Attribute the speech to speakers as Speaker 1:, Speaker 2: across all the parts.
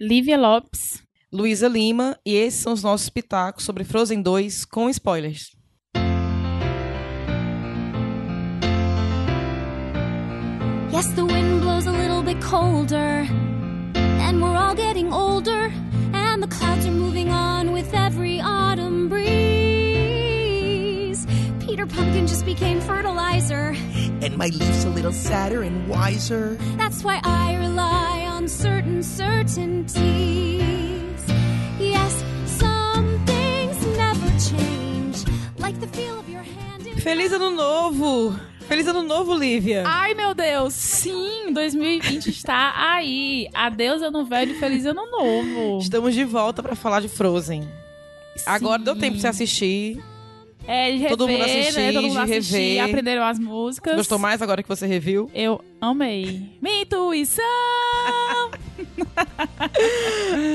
Speaker 1: Lívia Lopes.
Speaker 2: Luísa Lima, e esses são os nossos pitacos sobre Frozen 2 com spoilers.
Speaker 3: Yes, the wind blows a little bit colder, and we're all getting older, and the clouds are moving on with every autumn breeze. Peter Pumpkin just became fertilizer.
Speaker 4: And my leaf's a little sadder and wiser.
Speaker 3: That's why I rely on certain certainties. Yes, some things never change, like the feel of your hand in
Speaker 2: Feliz Ano Novo! Feliz Ano Novo, Lívia!
Speaker 1: Ai, meu Deus! Sim, 2020 está aí. Adeus, ano velho, feliz ano novo.
Speaker 2: Estamos de volta pra falar de Frozen. Agora deu tempo de você assistir.
Speaker 1: É, de rever,
Speaker 2: Todo mundo assistir,
Speaker 1: né? Todo mundo
Speaker 2: de
Speaker 1: assistir,
Speaker 2: rever.
Speaker 1: aprenderam as músicas.
Speaker 2: Gostou mais agora que você reviu?
Speaker 1: Eu amei. Minha intuição!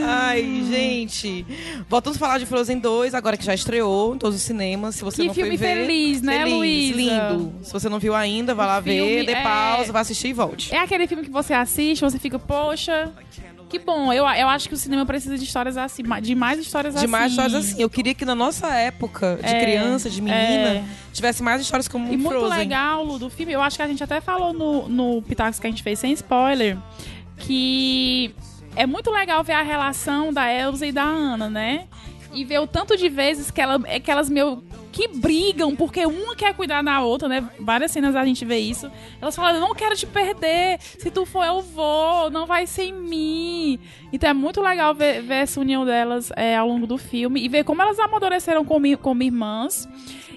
Speaker 2: Ai, gente! Voltamos a falar de Frozen 2, agora que já estreou em todos os cinemas. Se você
Speaker 1: que
Speaker 2: não
Speaker 1: filme
Speaker 2: foi ver.
Speaker 1: feliz, né,
Speaker 2: feliz,
Speaker 1: Luísa?
Speaker 2: lindo. Se você não viu ainda, vai
Speaker 1: O
Speaker 2: lá
Speaker 1: filme
Speaker 2: ver, dê
Speaker 1: é-
Speaker 2: pausa, vai assistir e volte.
Speaker 1: É aquele filme que você assiste, você fica, poxa, que bom. Eu, eu acho que o cinema precisa de histórias assim, ma- de mais histórias assim.
Speaker 2: de mais histórias assim. Eu queria que na nossa época de
Speaker 1: É,
Speaker 2: criança, de menina,
Speaker 1: é.
Speaker 2: tivesse mais histórias como
Speaker 1: E muito
Speaker 2: Frozen.
Speaker 1: legal Lu, do filme, eu acho que a gente até falou no, no Pitacos que a gente fez sem spoiler, que é muito legal ver a relação da Elsa e da Ana, né? E ver o tanto de vezes que, ela, é que elas meio que brigam, porque uma quer cuidar da outra, né? Várias cenas a gente vê isso. Elas falam, eu não quero te perder. Se tu for, eu vou. Não vai sem mim. Então é muito legal ver, ver essa união delas é, ao longo do filme. E ver como elas amadureceram como, ir- como irmãs.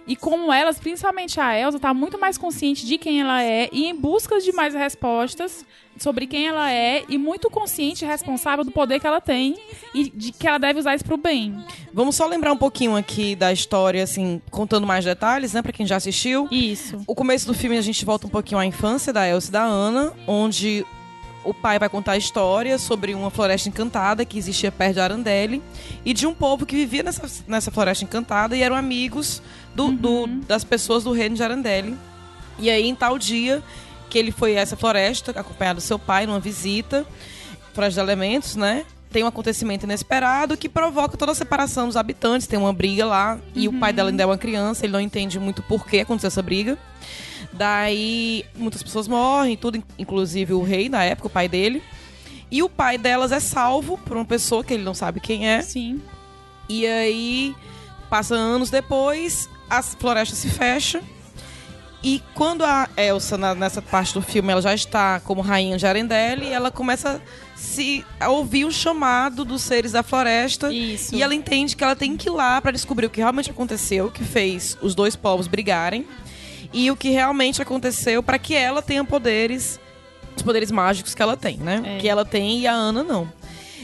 Speaker 1: E como elas, principalmente a Elsa, tá muito mais consciente de quem ela é e em busca de mais respostas sobre quem ela é e muito consciente e responsável do poder que ela tem e de que ela deve usar isso pro bem.
Speaker 2: Vamos só lembrar um pouquinho aqui da história, assim, contando mais detalhes, né, pra quem já assistiu.
Speaker 1: Isso.
Speaker 2: O começo do filme a gente volta um pouquinho à infância da Elsa e da Anna, onde o pai vai contar a história sobre uma floresta encantada que existia perto de Arandelli e de um povo que vivia nessa, nessa floresta encantada e eram amigos do, do- das pessoas do reino de Arandelli. E aí, em tal dia que ele foi a essa floresta, acompanhado do seu pai numa visita, floresta de elementos, né? Tem um acontecimento inesperado que provoca toda a separação dos habitantes, tem uma briga lá, e o pai dela ainda é uma criança, ele não entende muito por que aconteceu essa briga. Daí muitas pessoas morrem, tudo, inclusive o rei na época, o pai dele. E o pai delas é salvo por uma pessoa que ele não sabe quem é.
Speaker 1: Sim.
Speaker 2: E aí, passa anos depois, a floresta se fecha. E quando a Elsa, na- nessa parte do filme, ela já está como rainha de Arendelli, ela começa a se a ouvir o chamado dos seres da floresta.
Speaker 1: Isso.
Speaker 2: E ela entende que ela tem que ir lá para descobrir o que realmente aconteceu, o que fez os dois povos brigarem e o que realmente aconteceu para que ela tenha poderes, os poderes mágicos que ela tem, né?
Speaker 1: É.
Speaker 2: Que ela tem e a Ana não.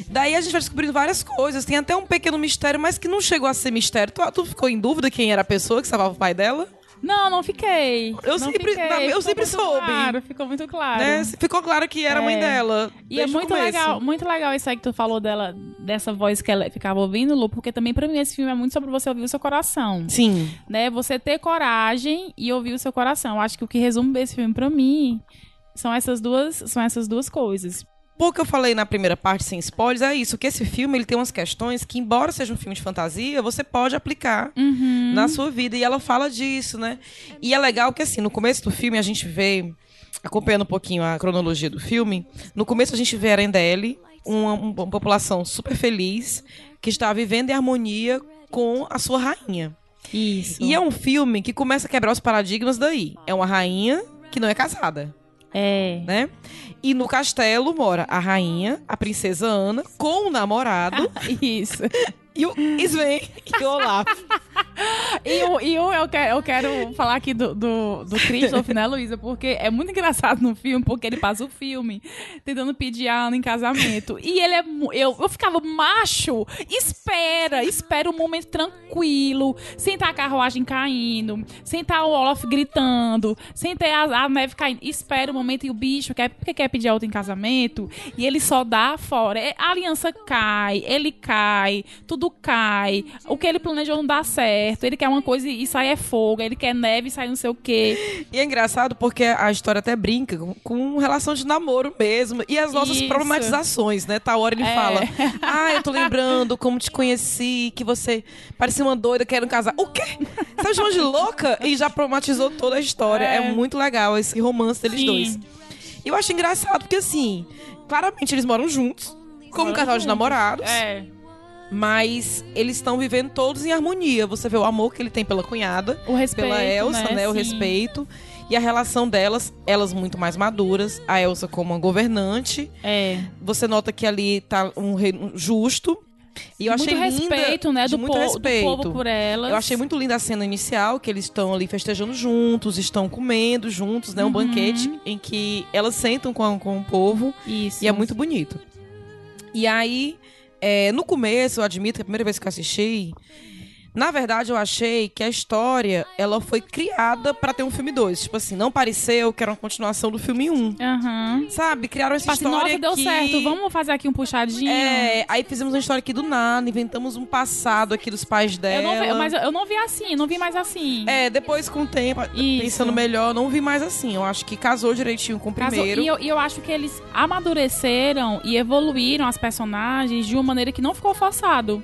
Speaker 2: Daí a gente vai descobrindo várias coisas, tem até um pequeno mistério, mas que não chegou a ser mistério. Tu, tu ficou em dúvida quem era a pessoa que salvava o pai dela?
Speaker 1: Não, não fiquei. Não
Speaker 2: Eu sempre-
Speaker 1: fiquei.
Speaker 2: eu
Speaker 1: Ficou
Speaker 2: sempre
Speaker 1: muito
Speaker 2: soube.
Speaker 1: Claro, ficou muito claro.
Speaker 2: Né? Ficou claro que era a mãe
Speaker 1: É.
Speaker 2: dela.
Speaker 1: E é
Speaker 2: desde o
Speaker 1: muito
Speaker 2: começo.
Speaker 1: legal, muito legal isso aí que tu falou dela, dessa voz que ela ficava ouvindo, Lu, porque também pra mim esse filme é muito sobre você ouvir o seu coração.
Speaker 2: Sim.
Speaker 1: né? Você ter coragem e ouvir o seu coração. Acho que o que resume esse filme pra mim são essas duas, são essas duas coisas.
Speaker 2: pouco que eu falei na primeira parte, sem spoilers, é isso, que esse filme ele tem umas questões que, embora seja um filme de fantasia, você pode aplicar
Speaker 1: Uhum.
Speaker 2: na sua vida. E ela fala disso, né? E é legal que, assim, no começo do filme a gente vê, acompanhando um pouquinho a cronologia do filme, no começo a gente vê Arendelli, uma, uma população super feliz, que está vivendo em harmonia com a sua rainha.
Speaker 1: Isso.
Speaker 2: E é um filme que começa a quebrar os paradigmas daí. É uma rainha que não é casada
Speaker 1: É.
Speaker 2: né? E no castelo mora a rainha, a princesa Ana, com o namorado
Speaker 1: Isso.
Speaker 2: e o Sven e o Olaf.
Speaker 1: E o- e o- eu, quero, eu quero falar aqui do, do, do Christoph, né, Luísa? Porque é muito engraçado no filme, porque ele passa o filme tentando pedir a Ana em casamento. E ele é. mu- Eu, eu ficava macho, espera, espera um momento tranquilo, sem estar a carruagem caindo, sem estar o Olaf gritando, sem ter a, a neve caindo. Espera o momento e o bicho quer, porque quer pedir a outra em casamento e ele só dá fora. É, A aliança cai, ele cai, tudo cai, o que ele planejou não dá certo deserto, ele quer uma coisa e sai é fogo, ele quer neve e sai não sei o quê.
Speaker 2: E é engraçado porque a história até brinca com, com relação de namoro mesmo. E as nossas
Speaker 1: Isso.
Speaker 2: problematizações, né? Tal hora ele
Speaker 1: É.
Speaker 2: fala: Ah, eu tô lembrando como te conheci, que você parecia uma doida querendo casar. O quê? Você tá me chamando de louca? E já problematizou toda a história. É, muito legal esse romance deles
Speaker 1: Sim.
Speaker 2: dois. E eu acho engraçado porque, assim, claramente eles moram juntos, como
Speaker 1: Moram
Speaker 2: casal de
Speaker 1: juntos.
Speaker 2: namorados.
Speaker 1: É.
Speaker 2: Mas eles estão vivendo todos em harmonia. Você vê o amor que ele tem pela cunhada,
Speaker 1: O respeito.
Speaker 2: pela Elsa, né? O
Speaker 1: Sim.
Speaker 2: respeito. E a relação delas, elas muito mais maduras. A Elsa como uma governante.
Speaker 1: É.
Speaker 2: Você nota que ali tá um reino justo. E eu achei
Speaker 1: muito
Speaker 2: linda-
Speaker 1: respeito, né?
Speaker 2: de
Speaker 1: Do,
Speaker 2: muito
Speaker 1: po- do
Speaker 2: respeito.
Speaker 1: povo por elas.
Speaker 2: Eu achei muito linda a cena inicial, que eles estão ali festejando juntos, estão comendo juntos,
Speaker 1: Uhum.
Speaker 2: né? Um banquete em que elas sentam com, a- com o povo
Speaker 1: Isso.
Speaker 2: e é muito bonito. E aí, é, no começo, eu admito que a primeira vez que eu assisti, na verdade eu achei que a história ela foi criada pra ter um filme 2. Tipo assim, não pareceu que era uma continuação do filme 1. Um.
Speaker 1: Aham.
Speaker 2: Sabe? Criaram essa
Speaker 1: Tipo assim,
Speaker 2: história
Speaker 1: nossa, deu
Speaker 2: que...
Speaker 1: certo, vamos fazer aqui um puxadinho.
Speaker 2: É, aí fizemos uma história aqui do nada, inventamos um passado aqui dos pais
Speaker 1: Eu
Speaker 2: dela.
Speaker 1: não vi, mas eu não vi assim, não vi mais assim.
Speaker 2: É, depois com o tempo,
Speaker 1: Isso.
Speaker 2: pensando melhor, não vi mais assim. Eu acho que casou direitinho com o
Speaker 1: Caso-
Speaker 2: primeiro.
Speaker 1: E eu, e eu acho que eles amadureceram e evoluíram as personagens de uma maneira que não ficou forçado.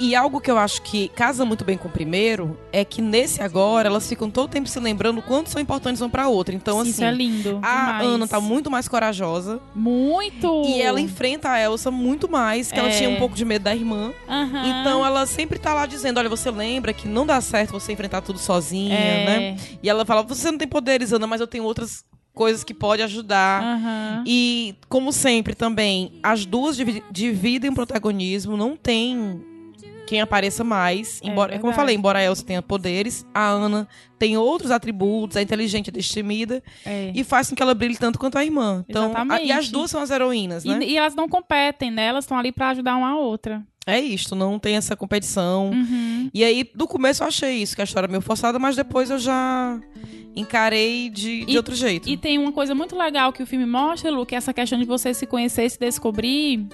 Speaker 2: E algo que eu acho que casa muito bem com o primeiro é que nesse agora elas ficam todo tempo se lembrando quanto são importantes uma pra outra. Então,
Speaker 1: Isso é
Speaker 2: assim,
Speaker 1: lindo.
Speaker 2: a
Speaker 1: demais.
Speaker 2: Ana tá muito mais corajosa
Speaker 1: Muito!
Speaker 2: e ela enfrenta a Elsa muito mais, que ela
Speaker 1: É. Ah.
Speaker 2: tinha um pouco de medo da irmã.
Speaker 1: Aham.
Speaker 2: Então ela sempre tá lá dizendo: Olha, você lembra que não dá certo você enfrentar tudo sozinha,
Speaker 1: é.
Speaker 2: né? E ela fala: Você não tem poderes, Ana, mas eu tenho outras coisas que pode ajudar.
Speaker 1: Aham.
Speaker 2: E, como sempre, também, as duas divi- dividem o protagonismo, não tem quem apareça mais.
Speaker 1: É
Speaker 2: Embora, como eu
Speaker 1: verdade.
Speaker 2: falei, embora a Elsa tenha poderes, a Ana tem outros atributos, é inteligente, é destemida,
Speaker 1: É.
Speaker 2: e faz com que ela brilhe tanto quanto a irmã. Então, a- e as
Speaker 1: Exatamente.
Speaker 2: duas são as heroínas,
Speaker 1: E,
Speaker 2: né?
Speaker 1: e elas não competem, né? Elas estão ali pra ajudar uma a outra.
Speaker 2: É isto, não tem essa competição.
Speaker 1: Uhum.
Speaker 2: E aí, do começo eu achei isso, que a história é meio forçada, mas depois eu já encarei de, de
Speaker 1: E-
Speaker 2: outro jeito.
Speaker 1: E tem uma coisa muito legal que o filme mostra, Lu, que é essa questão de você se conhecer, se descobrir.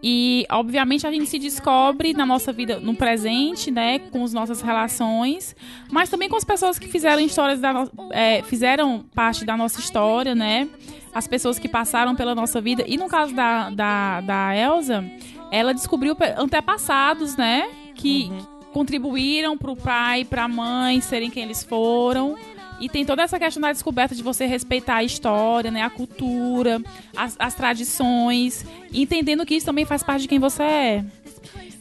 Speaker 1: E, obviamente, a gente se descobre na nossa vida, no presente, né? Com as nossas relações. Mas também com as pessoas que fizeram histórias da no... é, fizeram parte da nossa história, né? As pessoas que passaram pela nossa vida. E no caso da, da, da Elsa, ela descobriu pe- antepassados, né? Que contribuíram pro pai, pra mãe serem quem eles foram. E tem toda essa questão da descoberta de você respeitar a história, né? A cultura, as, as tradições. e Entendendo que isso também faz parte de quem você é.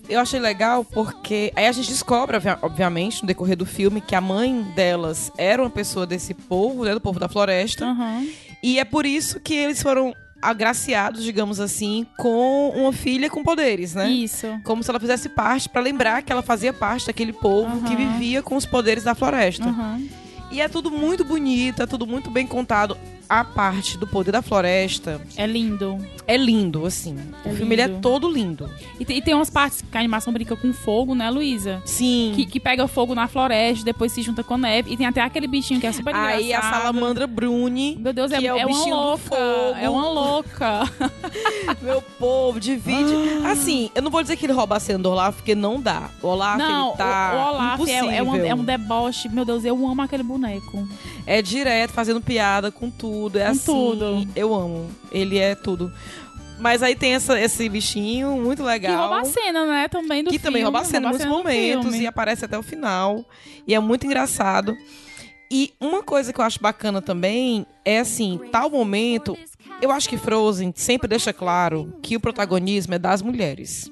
Speaker 2: Eu achei legal porque aí a gente descobre, obvia- obviamente, no decorrer do filme, que a mãe delas era uma pessoa desse povo, né, do povo da floresta,
Speaker 1: Aham.
Speaker 2: e é por isso que eles foram agraciados, digamos assim, com uma filha com poderes, né?
Speaker 1: Isso.
Speaker 2: Como se ela fizesse parte, pra lembrar que ela fazia parte daquele povo que
Speaker 1: Aham.
Speaker 2: vivia com os poderes da floresta.
Speaker 1: Aham.
Speaker 2: E é tudo muito bonito, é tudo muito bem contado. A parte do poder da floresta
Speaker 1: É lindo.
Speaker 2: é lindo, assim.
Speaker 1: É
Speaker 2: o filme ele é
Speaker 1: lindo.
Speaker 2: todo lindo.
Speaker 1: E, tem- e tem umas partes que a animação brinca com fogo, né, Luísa?
Speaker 2: Sim.
Speaker 1: Que, que pega fogo na floresta, depois se junta com neve. E tem até aquele bichinho que é super
Speaker 2: Aí a
Speaker 1: engraçado.
Speaker 2: salamandra Bruni.
Speaker 1: Meu Deus, é,
Speaker 2: que é o
Speaker 1: é uma
Speaker 2: bichinho do
Speaker 1: louca.
Speaker 2: fogo.
Speaker 1: É uma louca.
Speaker 2: Meu povo, divide.
Speaker 1: Ah.
Speaker 2: Assim, eu não vou dizer que ele rouba a cena do Olaf, porque não dá. O Olaf,
Speaker 1: Não,
Speaker 2: ele tá
Speaker 1: o, o Olaf é,
Speaker 2: impossível.
Speaker 1: é um, é um deboche. Meu Deus, eu amo aquele boneco.
Speaker 2: É direto, fazendo piada com tudo. É
Speaker 1: Com
Speaker 2: assim.
Speaker 1: tudo.
Speaker 2: Eu amo. Ele é tudo. Mas aí tem essa- esse bichinho muito
Speaker 1: Que
Speaker 2: legal.
Speaker 1: rouba a cena, né? Também do
Speaker 2: que
Speaker 1: filme.
Speaker 2: também rouba a cena em muitos
Speaker 1: do
Speaker 2: momentos
Speaker 1: filme.
Speaker 2: e aparece até o final. E é muito engraçado. E uma coisa que eu acho bacana também é assim, tal momento, eu acho que Frozen sempre deixa claro que o protagonismo é das mulheres.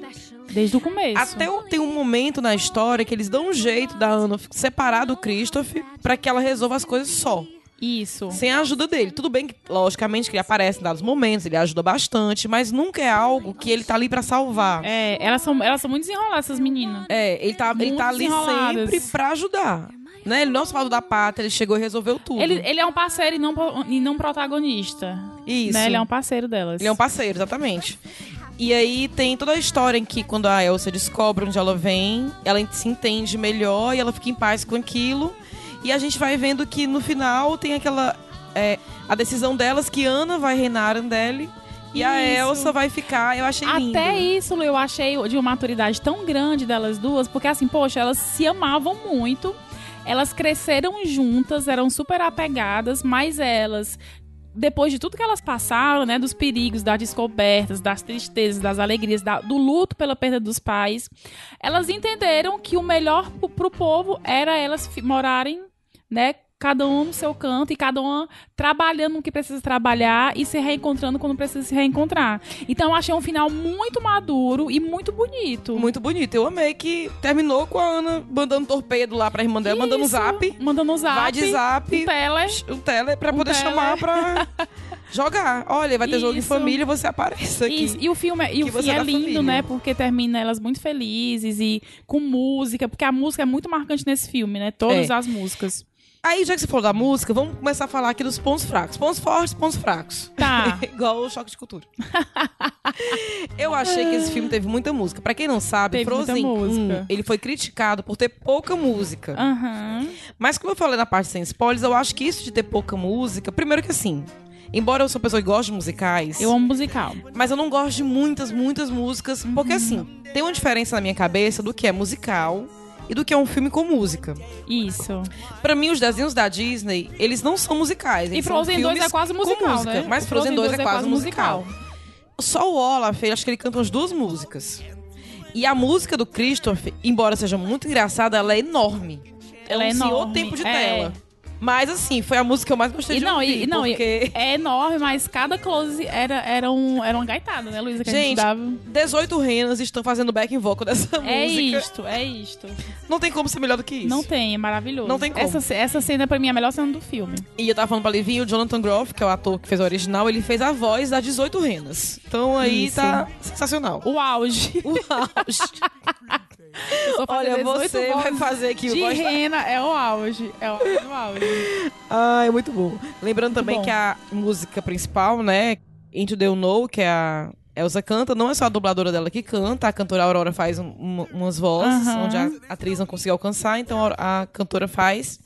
Speaker 1: Desde o começo.
Speaker 2: Até o- tem um momento na história que eles dão um jeito da Anna f- separar do Christoph pra que ela resolva as coisas só,
Speaker 1: Isso.
Speaker 2: sem a ajuda dele. Tudo bem que, logicamente, que ele aparece em dados momentos, ele ajuda bastante, mas nunca é algo que ele tá ali pra salvar.
Speaker 1: É, elas são, elas são muito desenroladas, essas meninas.
Speaker 2: É, ele tá, ele
Speaker 1: Muito
Speaker 2: tá ali
Speaker 1: desenroladas.
Speaker 2: sempre pra ajudar. Né? Ele não se falou da pátria, ele chegou e resolveu tudo.
Speaker 1: Ele, ele é um parceiro e não, pro- e não protagonista.
Speaker 2: Isso.
Speaker 1: Né? Ele é um parceiro delas.
Speaker 2: Ele é um parceiro, exatamente. E aí tem toda a história em que quando a Elsa descobre onde ela vem, ela se entende melhor e ela fica em paz com aquilo. E a gente vai vendo que no final tem aquela. é, a decisão delas que Ana vai reinar a Arandelle E a
Speaker 1: Isso.
Speaker 2: Elsa vai ficar, eu achei lindo.
Speaker 1: Até isso, Lu, eu achei de uma maturidade tão grande delas duas, porque assim, poxa, elas se amavam muito, elas cresceram juntas, eram super apegadas, mas elas. Depois de tudo que elas passaram, né, dos perigos, das descobertas, das tristezas, das alegrias, da- do luto pela perda dos pais, elas entenderam que o melhor pro, pro povo era elas fi- morarem, né, cada uma no seu canto e cada uma trabalhando no que precisa trabalhar e se reencontrando quando precisa se reencontrar. Então eu achei um final muito maduro e muito bonito.
Speaker 2: Muito bonito. Eu amei que terminou com a Ana mandando um torpedo lá pra irmã dela, mandando um
Speaker 1: Isso,
Speaker 2: zap.
Speaker 1: Mandando um zap.
Speaker 2: Vai de zap.
Speaker 1: Tela.
Speaker 2: O tele pra
Speaker 1: Um
Speaker 2: poder
Speaker 1: tele.
Speaker 2: chamar pra jogar. Olha, vai ter jogo em
Speaker 1: Isso.
Speaker 2: família, você aparece aqui.
Speaker 1: Isso, E o filme, é- e o
Speaker 2: que você
Speaker 1: fim
Speaker 2: é
Speaker 1: é
Speaker 2: da
Speaker 1: lindo,
Speaker 2: família.
Speaker 1: né? Porque termina elas muito felizes e com música, porque a música é muito marcante nesse filme, né? Todas
Speaker 2: É.
Speaker 1: as músicas.
Speaker 2: Aí, já que você falou da música, vamos começar a falar aqui dos pontos fracos. Pontos fortes, pontos fracos.
Speaker 1: Tá.
Speaker 2: Igual o choque de cultura. Eu achei que esse filme teve muita música. Pra quem não sabe,
Speaker 1: Teve muita
Speaker 2: Frozen 1,
Speaker 1: música. Ah.
Speaker 2: ele foi criticado por ter pouca música.
Speaker 1: Aham.
Speaker 2: Mas como eu falei na parte sem spoilers, eu acho que isso de ter pouca música, primeiro que assim, embora eu sou uma pessoa que gosta de musicais,
Speaker 1: Eu amo musical.
Speaker 2: mas eu não gosto de muitas, muitas músicas, porque
Speaker 1: Uhum.
Speaker 2: assim, tem uma diferença na minha cabeça do que é musical e do que é um filme com música.
Speaker 1: Isso.
Speaker 2: Pra mim, os desenhos da Disney, eles não são musicais.
Speaker 1: E
Speaker 2: Eles
Speaker 1: Frozen
Speaker 2: são
Speaker 1: 2
Speaker 2: filmes
Speaker 1: é quase
Speaker 2: com
Speaker 1: musical,
Speaker 2: música,
Speaker 1: né?
Speaker 2: Mas
Speaker 1: O
Speaker 2: Frozen 2 é quase musical. Só o Olaf, ele- acho que ele canta umas duas músicas. E a música do Christopher, embora seja muito engraçada, ela é enorme.
Speaker 1: Ela
Speaker 2: um
Speaker 1: é
Speaker 2: senhor
Speaker 1: enorme,
Speaker 2: tempo de
Speaker 1: é.
Speaker 2: tela. Mas assim, foi a música que eu mais gostei
Speaker 1: E
Speaker 2: de
Speaker 1: não,
Speaker 2: ouvir,
Speaker 1: e, e não, e-
Speaker 2: porque...
Speaker 1: é enorme, mas cada close era, era, um, era uma gaitada, né, Luísa? Que a gente
Speaker 2: Gente,
Speaker 1: dava.
Speaker 2: 18 renas estão fazendo back and vocal dessa
Speaker 1: É
Speaker 2: música.
Speaker 1: isto, é isto.
Speaker 2: Não tem como ser melhor do que isso.
Speaker 1: Não tem, é maravilhoso.
Speaker 2: Não tem como.
Speaker 1: Essa, ce- essa cena, pra mim, é a melhor cena do filme.
Speaker 2: E eu tava falando pra Livinho, o Jonathan Groff, que é o ator que fez a original, ele fez a voz das 18 renas. Então aí
Speaker 1: Isso.
Speaker 2: tá sensacional.
Speaker 1: O auge.
Speaker 2: O auge.
Speaker 1: Eu sou fazer
Speaker 2: Olha,
Speaker 1: 18
Speaker 2: você
Speaker 1: vozes
Speaker 2: vai fazer aqui
Speaker 1: De
Speaker 2: o voz da-
Speaker 1: rena é o auge. É o é o auge.
Speaker 2: Ah, é muito bom. Lembrando também
Speaker 1: bom.
Speaker 2: que a música principal, né? Into the Know, que é a Elsa canta, não é só a dubladora dela que canta, a cantora Aurora faz um- um- umas vozes,
Speaker 1: Aham.
Speaker 2: onde a atriz não conseguiu alcançar, então a, a cantora faz.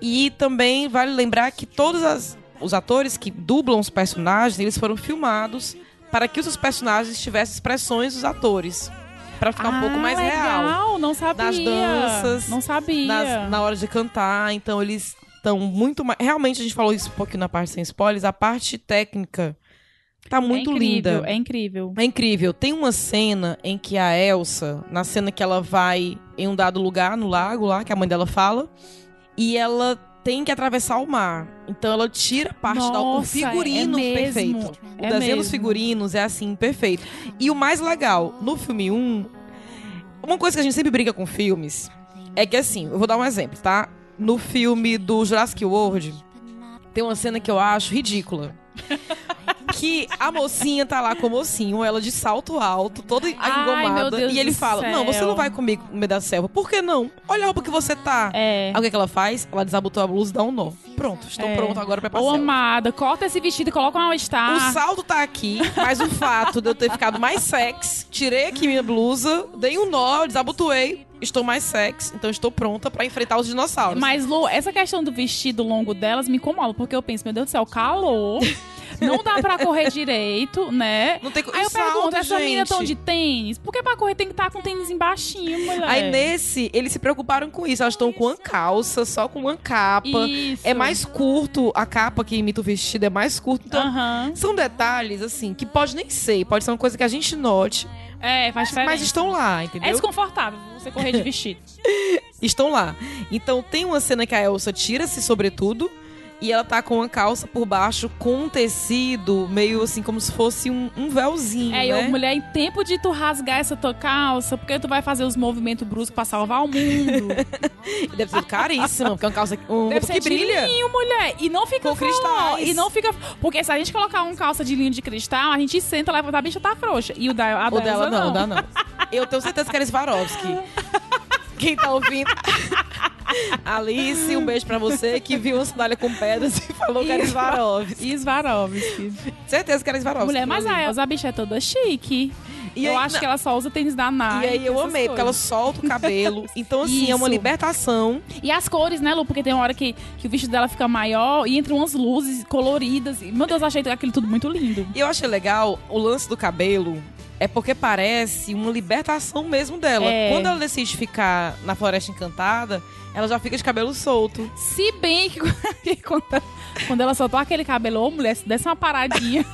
Speaker 2: E também vale lembrar que todos as- os atores que dublam os personagens, eles foram filmados para que os seus personagens tivessem expressões dos atores. Pra ficar um pouco
Speaker 1: Ah,
Speaker 2: mais real
Speaker 1: legal, não sabia.
Speaker 2: Nas danças,
Speaker 1: Não sabia.
Speaker 2: nas- na hora de cantar, então eles estão muito mais. Realmente, a gente falou isso um pouquinho na parte sem spoilers, a parte técnica tá muito
Speaker 1: é incrível,
Speaker 2: linda.
Speaker 1: É incrível.
Speaker 2: É incrível. Tem uma cena em que a Elsa, na cena que ela vai em um dado lugar, no lago lá, que a mãe dela fala, e ela tem que atravessar o mar. Então ela tira a parte da o
Speaker 1: Nossa, é- é
Speaker 2: figurino
Speaker 1: mesmo.
Speaker 2: perfeito. O
Speaker 1: É
Speaker 2: desenho dos
Speaker 1: mesmo.
Speaker 2: figurinos é assim, perfeito. E o mais legal, no filme 1, uma coisa que a gente sempre brinca com filmes é que assim, eu vou dar um exemplo, tá? No filme do Jurassic World, tem uma cena que eu acho ridícula. Que a mocinha tá lá com o mocinho, ela de salto alto, toda
Speaker 1: Ai, meu
Speaker 2: engomada.
Speaker 1: Deus
Speaker 2: e ele
Speaker 1: do
Speaker 2: fala:
Speaker 1: céu.
Speaker 2: Não, você não vai comigo no meio da selva. Por que não? Olha a roupa que você tá.
Speaker 1: É.
Speaker 2: Aí o que, que ela faz? Ela desabotou a blusa e dá um nó. Pronto, estou
Speaker 1: É.
Speaker 2: pronto agora pra ir pra
Speaker 1: Ô,
Speaker 2: selva.
Speaker 1: amada, corta esse vestido e coloca uma all-star.
Speaker 2: O saldo tá aqui, mas o fato de eu ter ficado mais sex, tirei aqui minha blusa, dei um nó, desabotoei, estou mais sex, então estou pronta pra enfrentar os dinossauros.
Speaker 1: Mas, Lu, essa questão do vestido longo delas me incomoda, porque eu penso, meu Deus do céu, calor. não dá pra correr direito, né?
Speaker 2: não tem co-
Speaker 1: Aí eu
Speaker 2: o salto,
Speaker 1: pergunto, essa
Speaker 2: gente.
Speaker 1: menina tão de tênis? Por que pra correr tem que estar com tênis embaixinho, mulher?
Speaker 2: Aí né, nesse, eles se preocuparam com isso. Elas estão com uma calça, só com uma capa.
Speaker 1: Isso.
Speaker 2: É mais curto, a capa que imita o vestido é mais curto. Então,
Speaker 1: Aham.
Speaker 2: são detalhes, assim, que pode nem ser, pode ser uma coisa que a gente note,
Speaker 1: É, faz diferença.
Speaker 2: mas estão lá,
Speaker 1: É
Speaker 2: entendeu?
Speaker 1: desconfortável você correr de vestido.
Speaker 2: estão lá. Então tem uma cena que a Elsa tira-se sobretudo e ela tá com uma calça por baixo com um tecido meio assim como se fosse um, um véuzinho,
Speaker 1: é,
Speaker 2: né?
Speaker 1: eu, mulher, em tempo de tu rasgar essa tua calça, porque tu vai fazer os movimentos bruscos pra salvar o mundo.
Speaker 2: Deve ser caríssima, porque é uma calça um
Speaker 1: Deve
Speaker 2: roupa que
Speaker 1: ser de
Speaker 2: brilha.
Speaker 1: linho, mulher. E não fica
Speaker 2: Com
Speaker 1: flor,
Speaker 2: cristais.
Speaker 1: E não fica. Porque se a gente colocar um calça de linho de cristal, a gente senta, levanta a bicha, tá frouxa. E o da, a
Speaker 2: O
Speaker 1: da Elsa
Speaker 2: dela não,
Speaker 1: não.
Speaker 2: dá não. Eu tenho certeza que era Swarovski. Quem tá ouvindo. Alice, um beijo pra você que viu uma sandália com pedras e falou que era Swarovski.
Speaker 1: Swarovski.
Speaker 2: Certeza que era Swarovski.
Speaker 1: Mulher, mas a Elsa, a bicha é toda chique.
Speaker 2: E
Speaker 1: eu
Speaker 2: aí,
Speaker 1: acho
Speaker 2: na-
Speaker 1: que ela só usa tênis da
Speaker 2: E
Speaker 1: Nike.
Speaker 2: aí eu
Speaker 1: essas
Speaker 2: amei, porque ela
Speaker 1: coisas.
Speaker 2: solta o cabelo. Então, assim, é uma
Speaker 1: Isso.
Speaker 2: libertação.
Speaker 1: E as cores, né, Lu? Porque tem uma hora que, que o vestido dela fica maior e entra umas luzes coloridas. E, meu Deus, eu achei aquilo tudo muito lindo.
Speaker 2: E eu achei legal o lance do cabelo. É porque parece uma libertação mesmo dela.
Speaker 1: É.
Speaker 2: Quando ela decide ficar na Floresta Encantada, ela já fica de cabelo solto.
Speaker 1: Se bem que, que quando, quando ela soltou aquele cabelo, ô mulher, se desse uma paradinha.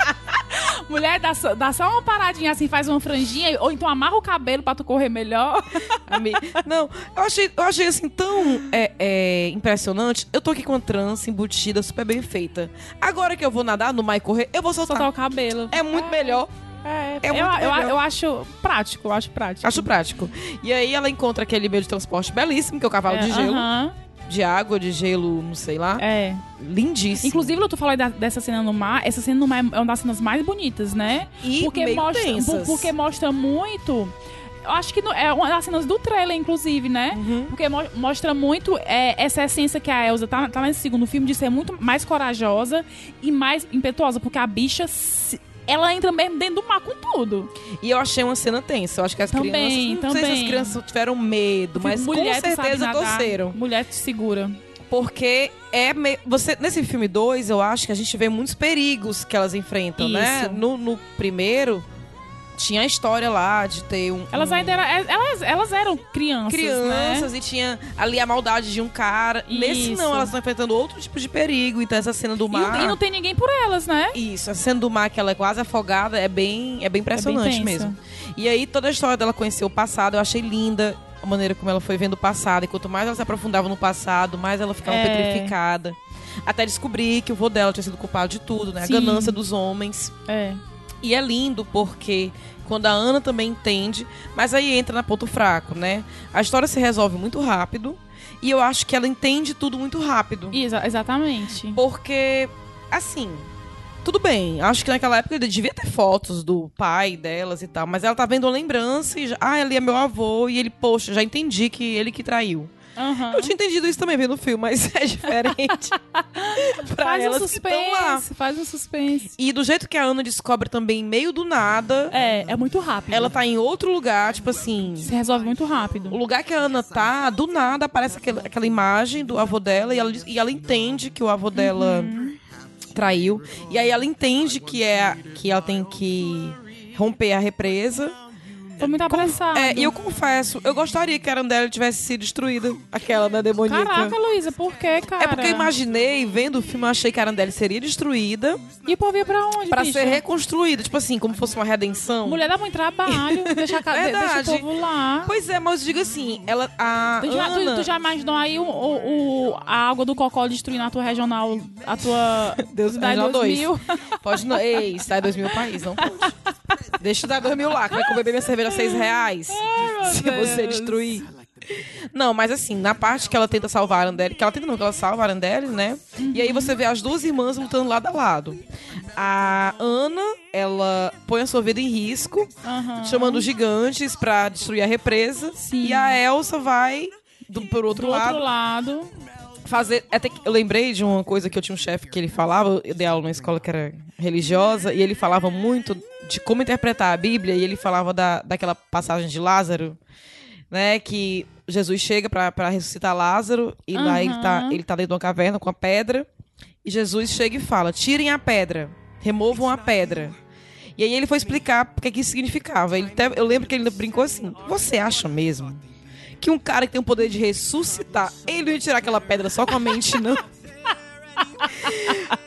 Speaker 1: mulher, dá só, dá só uma paradinha assim, faz uma franjinha, ou então amarra o cabelo pra tu correr melhor.
Speaker 2: Ami- Não, eu achei, eu achei assim tão é, é, impressionante. Eu tô aqui com a trança embutida, super bem feita. Agora que eu vou nadar no mar e correr, eu vou soltar.
Speaker 1: Soltar o cabelo.
Speaker 2: É muito melhor.
Speaker 1: É,
Speaker 2: é
Speaker 1: eu,
Speaker 2: muito
Speaker 1: eu,
Speaker 2: legal.
Speaker 1: eu acho prático, eu acho prático.
Speaker 2: Acho prático. E aí ela encontra aquele meio de transporte belíssimo, que é o cavalo
Speaker 1: É,
Speaker 2: de gelo,
Speaker 1: aham,
Speaker 2: de água, de gelo, não sei lá.
Speaker 1: é.
Speaker 2: Lindíssimo.
Speaker 1: Inclusive, Lu, tu falou aí da- dessa cena no mar. Essa cena no mar é uma das cenas mais bonitas, né?
Speaker 2: e
Speaker 1: porque
Speaker 2: meio
Speaker 1: mostra,
Speaker 2: tensas.
Speaker 1: por- porque mostra muito. Eu acho que no- é uma das cenas do trailer, inclusive, né?
Speaker 2: Uhum.
Speaker 1: Porque mo- mostra muito é, essa essência que a Elsa tá, tá nesse segundo filme de ser muito mais corajosa e mais impetuosa, porque a bicha se- ela entra mesmo dentro do mar com tudo.
Speaker 2: E eu achei uma cena tensa. Eu acho que as
Speaker 1: Também,
Speaker 2: crianças. Não sei se
Speaker 1: também.
Speaker 2: as crianças tiveram medo, mas
Speaker 1: Tipo, Mulher,
Speaker 2: com
Speaker 1: tu sabe
Speaker 2: certeza
Speaker 1: nadar,
Speaker 2: torceram.
Speaker 1: Mulher te segura.
Speaker 2: Porque é meio. Você, nesse filme 2, eu acho que a gente vê muitos perigos que elas enfrentam, né?
Speaker 1: Isso.
Speaker 2: No, no primeiro, tinha a história lá de ter um.
Speaker 1: Elas
Speaker 2: um-
Speaker 1: ainda eram, elas, elas eram crianças, né?
Speaker 2: crianças e tinha ali a maldade de um cara. Nesse
Speaker 1: Isso.
Speaker 2: não, elas estão enfrentando outro tipo de perigo. Então essa cena do
Speaker 1: E não-
Speaker 2: mar.
Speaker 1: E, não tem ninguém por elas, né?
Speaker 2: Isso, a cena do mar que ela é quase afogada é bem, é bem impressionante
Speaker 1: tensa.
Speaker 2: mesmo. E aí toda a história dela conhecer o passado, eu achei linda a maneira como ela foi vendo o passado. E quanto mais ela se aprofundava no passado, mais ela ficava
Speaker 1: É.
Speaker 2: petrificada. Até descobrir que o vô dela tinha sido culpado de tudo, né?
Speaker 1: Sim.
Speaker 2: A ganância dos homens.
Speaker 1: É.
Speaker 2: E é lindo porque quando a Ana também entende, mas aí entra na ponto fraco, né? A história se resolve muito rápido e eu acho que ela entende tudo muito rápido.
Speaker 1: Exa- exatamente.
Speaker 2: Porque, assim, tudo bem. Acho que naquela época devia ter fotos do pai delas e tal. Mas ela tá vendo uma lembrança e já, ah, ele é meu avô. E ele, poxa, já entendi que ele que traiu.
Speaker 1: Aham.
Speaker 2: Eu tinha entendido isso também vendo o filme, mas é diferente. pra
Speaker 1: Faz um
Speaker 2: elas que estão lá.
Speaker 1: suspense, faz um suspense.
Speaker 2: E do jeito que a Ana descobre também, meio do nada,
Speaker 1: É, é muito rápido.
Speaker 2: ela tá em outro lugar, tipo assim.
Speaker 1: se resolve muito
Speaker 2: O
Speaker 1: rápido.
Speaker 2: lugar que a Ana tá, do nada aparece aquela, aquela imagem do avô dela e ela, diz- e ela entende que o avô dela traiu. E aí ela entende que, é, a- que ela tem que romper a represa.
Speaker 1: Tô muito apressada.
Speaker 2: É, e eu confesso, eu gostaria que a Arandela tivesse sido destruída, aquela da demoníaca.
Speaker 1: Caraca, Luísa, por que, cara?
Speaker 2: É porque eu imaginei, vendo o filme, eu achei que a Arandela seria destruída
Speaker 1: E o povo ia pra onde,
Speaker 2: pra
Speaker 1: bicha?
Speaker 2: ser reconstruída. Tipo assim, como fosse uma redenção.
Speaker 1: Mulher dá muito trabalho, deixa, a ca- de- deixa o
Speaker 2: Verdade.
Speaker 1: povo lá.
Speaker 2: Pois é, mas eu digo assim, ela. A
Speaker 1: Tu já, tu-
Speaker 2: Ana...
Speaker 1: tu já imaginou aí o, o- o- a água do cocó destruindo a tua regional, a tua...
Speaker 2: Deus
Speaker 1: cidade
Speaker 2: Regional
Speaker 1: 2000?
Speaker 2: Pode não. Ei, Cidade 2000 é o país, não pode. Deixa o Cidade 2000 lá, que vai comer minha cerveja a 6 reais. se
Speaker 1: Deus.
Speaker 2: você destruir. Não, mas assim, na parte que ela tenta salvar a Arandelle, que ela tenta não, que ela salva a Arandelle, né? E aí você vê as duas irmãs lutando lado a lado. A Ana, ela põe a sua vida em risco,
Speaker 1: Aham.
Speaker 2: chamando os gigantes pra destruir a represa.
Speaker 1: Ah. Sim.
Speaker 2: E a Elsa vai do, por outro
Speaker 1: Do
Speaker 2: lado
Speaker 1: outro lado.
Speaker 2: fazer. é até que- eu lembrei de uma coisa que eu tinha um chefe que ele falava, eu dei aula numa escola que era religiosa, e ele falava muito de como interpretar a Bíblia, e ele falava da, daquela passagem de Lázaro, né? Que Jesus chega pra pra ressuscitar Lázaro, e lá ele tá,
Speaker 1: Aham.
Speaker 2: ele tá dentro de uma caverna com a pedra, e Jesus chega e fala: tirem a pedra, removam a pedra. E aí ele foi explicar o que, que isso significava. Ele até- eu lembro que ele ainda brincou assim: Você acha mesmo que um cara que tem o poder de ressuscitar, ele não ia tirar aquela pedra só com a mente, não?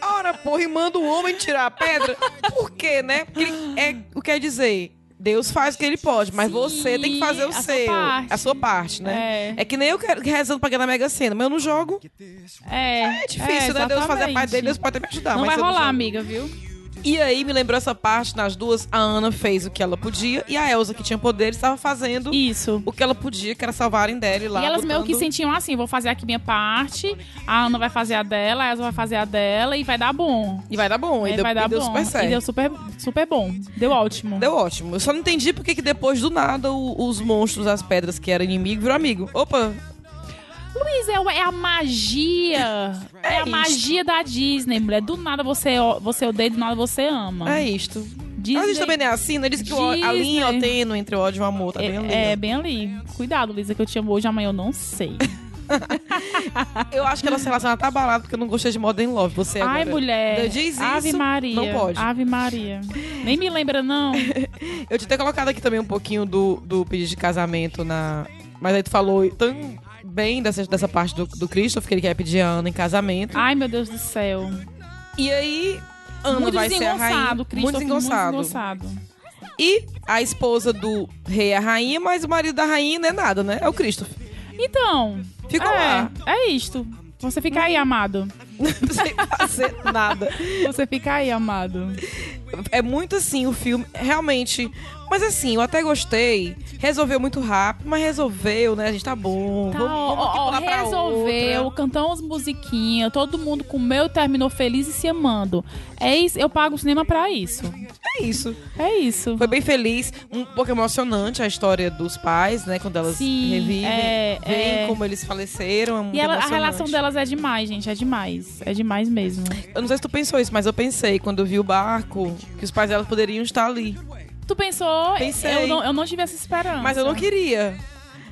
Speaker 2: Ora, porra, e manda o homem tirar a pedra? Por quê, né? Porque ele- é o que quer dizer. Deus faz o que ele pode, mas
Speaker 1: Sim,
Speaker 2: você tem que fazer o
Speaker 1: a sua
Speaker 2: seu.
Speaker 1: parte.
Speaker 2: A sua parte, né?
Speaker 1: É.
Speaker 2: que nem eu quero rezando pra ganhar na Mega Sena, mas eu não jogo.
Speaker 1: É,
Speaker 2: É difícil, né? Deus fazer a parte dele, Deus pode até me ajudar.
Speaker 1: Não
Speaker 2: mas
Speaker 1: vai
Speaker 2: eu
Speaker 1: rolar,
Speaker 2: jogo.
Speaker 1: amiga, viu?
Speaker 2: E aí me lembrou essa parte nas duas, a Ana fez o que ela podia e a Elsa que tinha poder estava fazendo
Speaker 1: Isso.
Speaker 2: o que ela podia, que era salvar a Indele lá.
Speaker 1: E elas meio que
Speaker 2: botando-
Speaker 1: sentiam assim, vou fazer aqui minha parte, a Ana vai fazer a dela, a Elsa vai fazer a dela e vai dar bom.
Speaker 2: E vai dar bom, e,
Speaker 1: Aí É,
Speaker 2: deu,
Speaker 1: vai
Speaker 2: e
Speaker 1: dar
Speaker 2: deu
Speaker 1: bom.
Speaker 2: super certo.
Speaker 1: E deu super, super bom. Deu ótimo.
Speaker 2: Deu ótimo. Eu só não entendi porque que depois do nada o- os monstros, as pedras que eram inimigo, virou amigo. Opa,
Speaker 1: Luiz, é, é a magia. É, a
Speaker 2: isso.
Speaker 1: magia da Disney, mulher. Do nada você, o- você odeia, do nada você ama.
Speaker 2: É isto.
Speaker 1: Disney,
Speaker 2: a gente também não é assim, né? Diz que o- a linha ó,
Speaker 1: Disney.
Speaker 2: tênue entre o ódio e o amor tá bem ali.
Speaker 1: é, é bem ali. Cuidado, Luísa, que eu te amo hoje, amanhã eu não sei.
Speaker 2: Eu acho que a nossa relação tá abalada porque eu não gostei de Modern Love. Você
Speaker 1: Ai,
Speaker 2: agora
Speaker 1: mulher.
Speaker 2: É Diz isso,
Speaker 1: Ave Maria.
Speaker 2: não pode.
Speaker 1: Ave Maria. Nem me lembra, não.
Speaker 2: Eu tinha até colocado aqui também um pouquinho do, do pedido de casamento na. Mas aí tu falou tão bem dessa, dessa parte do, do Christopher que ele quer pedir a Ana em casamento.
Speaker 1: Ai, meu Deus do céu.
Speaker 2: E aí, Ana
Speaker 1: muito
Speaker 2: vai ser a rainha.
Speaker 1: desengonçado, Cristo. Muito desengonçado.
Speaker 2: E a esposa do rei é a rainha, mas o marido da rainha não é nada, né? É o Christopher.
Speaker 1: Então.
Speaker 2: Ficou
Speaker 1: é,
Speaker 2: lá.
Speaker 1: é isto. Você fica aí, amado.
Speaker 2: Sem fazer nada.
Speaker 1: Você fica aí, amado.
Speaker 2: É muito assim o filme, realmente. Mas assim, eu até gostei. Resolveu muito rápido, mas resolveu, né? A gente tá bom.
Speaker 1: Tá,
Speaker 2: vamos,
Speaker 1: ó,
Speaker 2: vamos aqui
Speaker 1: ó,
Speaker 2: pular pra
Speaker 1: resolveu,
Speaker 2: outra.
Speaker 1: cantamos musiquinha, todo mundo comeu, terminou feliz e se amando. É isso, eu pago o cinema pra isso.
Speaker 2: É isso.
Speaker 1: É isso.
Speaker 2: Foi bem feliz, um pouco emocionante a história dos pais, né? Quando elas
Speaker 1: Sim,
Speaker 2: revivem,
Speaker 1: é,
Speaker 2: veem
Speaker 1: é.
Speaker 2: como eles faleceram. É muito
Speaker 1: E ela- a
Speaker 2: emocionante.
Speaker 1: relação delas é demais, gente, é demais. É demais mesmo.
Speaker 2: Eu não sei se tu pensou isso, mas eu pensei quando eu vi o barco que os pais delas poderiam estar ali.
Speaker 1: Tu pensou?
Speaker 2: Pensei.
Speaker 1: Eu não, eu não tive essa esperança.
Speaker 2: Mas eu não queria.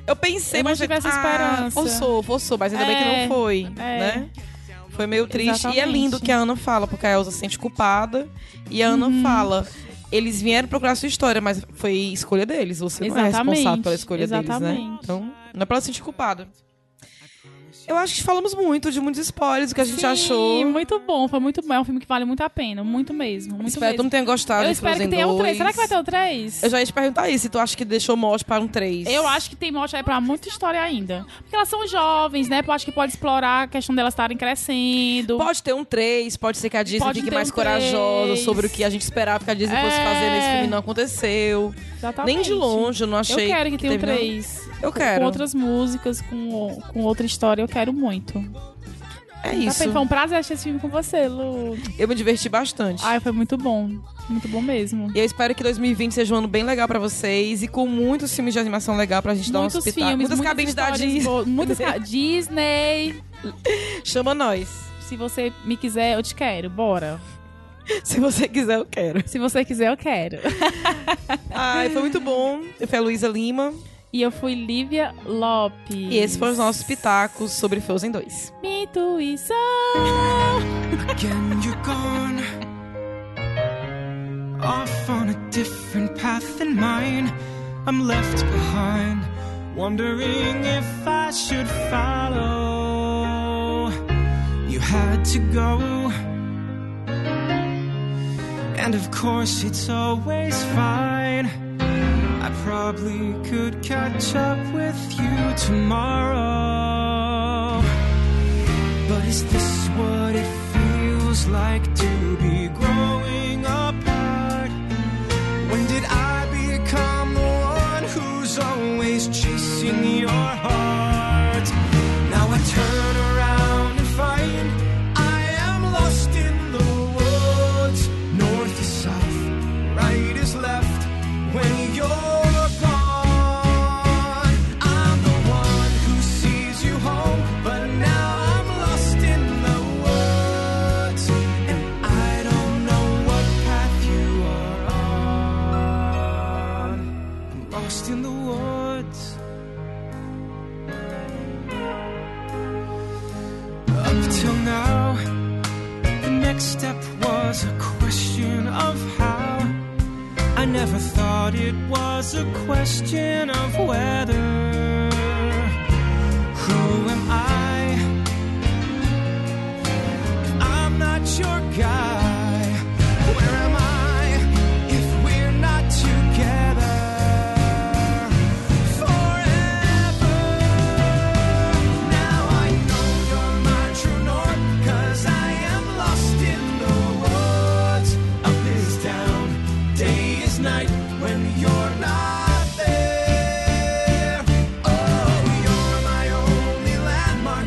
Speaker 2: Eu pensei,
Speaker 1: Eu não
Speaker 2: mas
Speaker 1: tive essa
Speaker 2: Ah,
Speaker 1: esperança.
Speaker 2: forçou, forçou, mas ainda bem que
Speaker 1: É,
Speaker 2: não foi,
Speaker 1: é.
Speaker 2: né? Foi meio triste. E é
Speaker 1: Exatamente.
Speaker 2: lindo que a Ana fala, porque a Elsa se sente culpada. E a Ana
Speaker 1: Uhum.
Speaker 2: fala. Eles vieram procurar sua história, mas foi escolha deles. Você não é
Speaker 1: Exatamente,
Speaker 2: responsável pela escolha deles, né?
Speaker 1: exatamente.
Speaker 2: Então, não é pra ela se sentir culpada. Eu acho que falamos muito de muitos spoilers, o que a gente
Speaker 1: Sim,
Speaker 2: achou.
Speaker 1: muito bom, foi muito bom. É um filme que vale muito a pena, muito mesmo. Muito
Speaker 2: espero que
Speaker 1: mesmo.
Speaker 2: tu não tenha gostado.
Speaker 1: eu
Speaker 2: de
Speaker 1: espero que
Speaker 2: Frozen
Speaker 1: tenha um
Speaker 2: 2.
Speaker 1: 3. Será que vai ter o 3?
Speaker 2: Eu já ia te perguntar isso, se tu acha que deixou morte para um 3.
Speaker 1: Eu acho que tem mote aí pra muita história ainda. Porque elas são jovens, né? Eu acho que pode explorar a questão delas estarem crescendo.
Speaker 2: Pode ter um 3, pode ser que a Disney
Speaker 1: Pode
Speaker 2: fique
Speaker 1: ter
Speaker 2: mais
Speaker 1: um
Speaker 2: corajosa
Speaker 1: três.
Speaker 2: sobre o que a gente esperava que a Disney fosse
Speaker 1: É.
Speaker 2: fazer nesse filme não aconteceu.
Speaker 1: Exatamente.
Speaker 2: Nem de longe, eu não
Speaker 1: tá Eu
Speaker 2: achei.
Speaker 1: quero que tenha um
Speaker 2: teve, não.
Speaker 1: 3.
Speaker 2: Eu quero.
Speaker 1: Com outras músicas, com, com outra história, eu quero muito.
Speaker 2: É
Speaker 1: Tá
Speaker 2: isso.
Speaker 1: bem, Foi um prazer assistir esse filme com você, Lu.
Speaker 2: Eu me diverti bastante.
Speaker 1: Ai, foi muito bom. Muito bom mesmo.
Speaker 2: E eu espero que 2020 seja um ano bem legal pra vocês e com muitos filmes de animação legal pra gente dar um
Speaker 1: Muitos
Speaker 2: hospital.
Speaker 1: filmes,
Speaker 2: muitas
Speaker 1: muitas
Speaker 2: cabines da
Speaker 1: histórias
Speaker 2: Disney.
Speaker 1: boas, Muitas ca- Disney.
Speaker 2: Chama nós.
Speaker 1: Se você me quiser, eu te quero. Bora.
Speaker 2: Se você quiser, eu quero.
Speaker 1: Se você quiser, eu quero.
Speaker 2: Ai, foi muito bom. Eu fui a Luísa Lima.
Speaker 1: E eu fui Lívia Lopes.
Speaker 2: E esses foram os nossos pitacos sobre Frozen 2.
Speaker 1: Minha intuição.
Speaker 5: Again, you're gone. Off on a different path than mine. I'm left behind, wondering if I should follow. You had to go. And of course, it's always fine. I probably could catch up with you tomorrow. But is this what it feels like to be growing apart? When did I become the one who's always chasing your heart? Now I turn around and find I am lost in the woods. North is south, right is left. When you're gone, I'm the one who sees you home, but now I'm lost in the woods, and I don't know what path you are on. I'm lost in the woods. Up till now, the next step was a question of how. I never thought it was a question of whether. Who am I? If I'm not your guy. Where am I if we're not together? Forever. Now I know you're my true north, 'cause I am lost in the woods. Up is down, day is night when you're not there. Oh, you're my only landmark.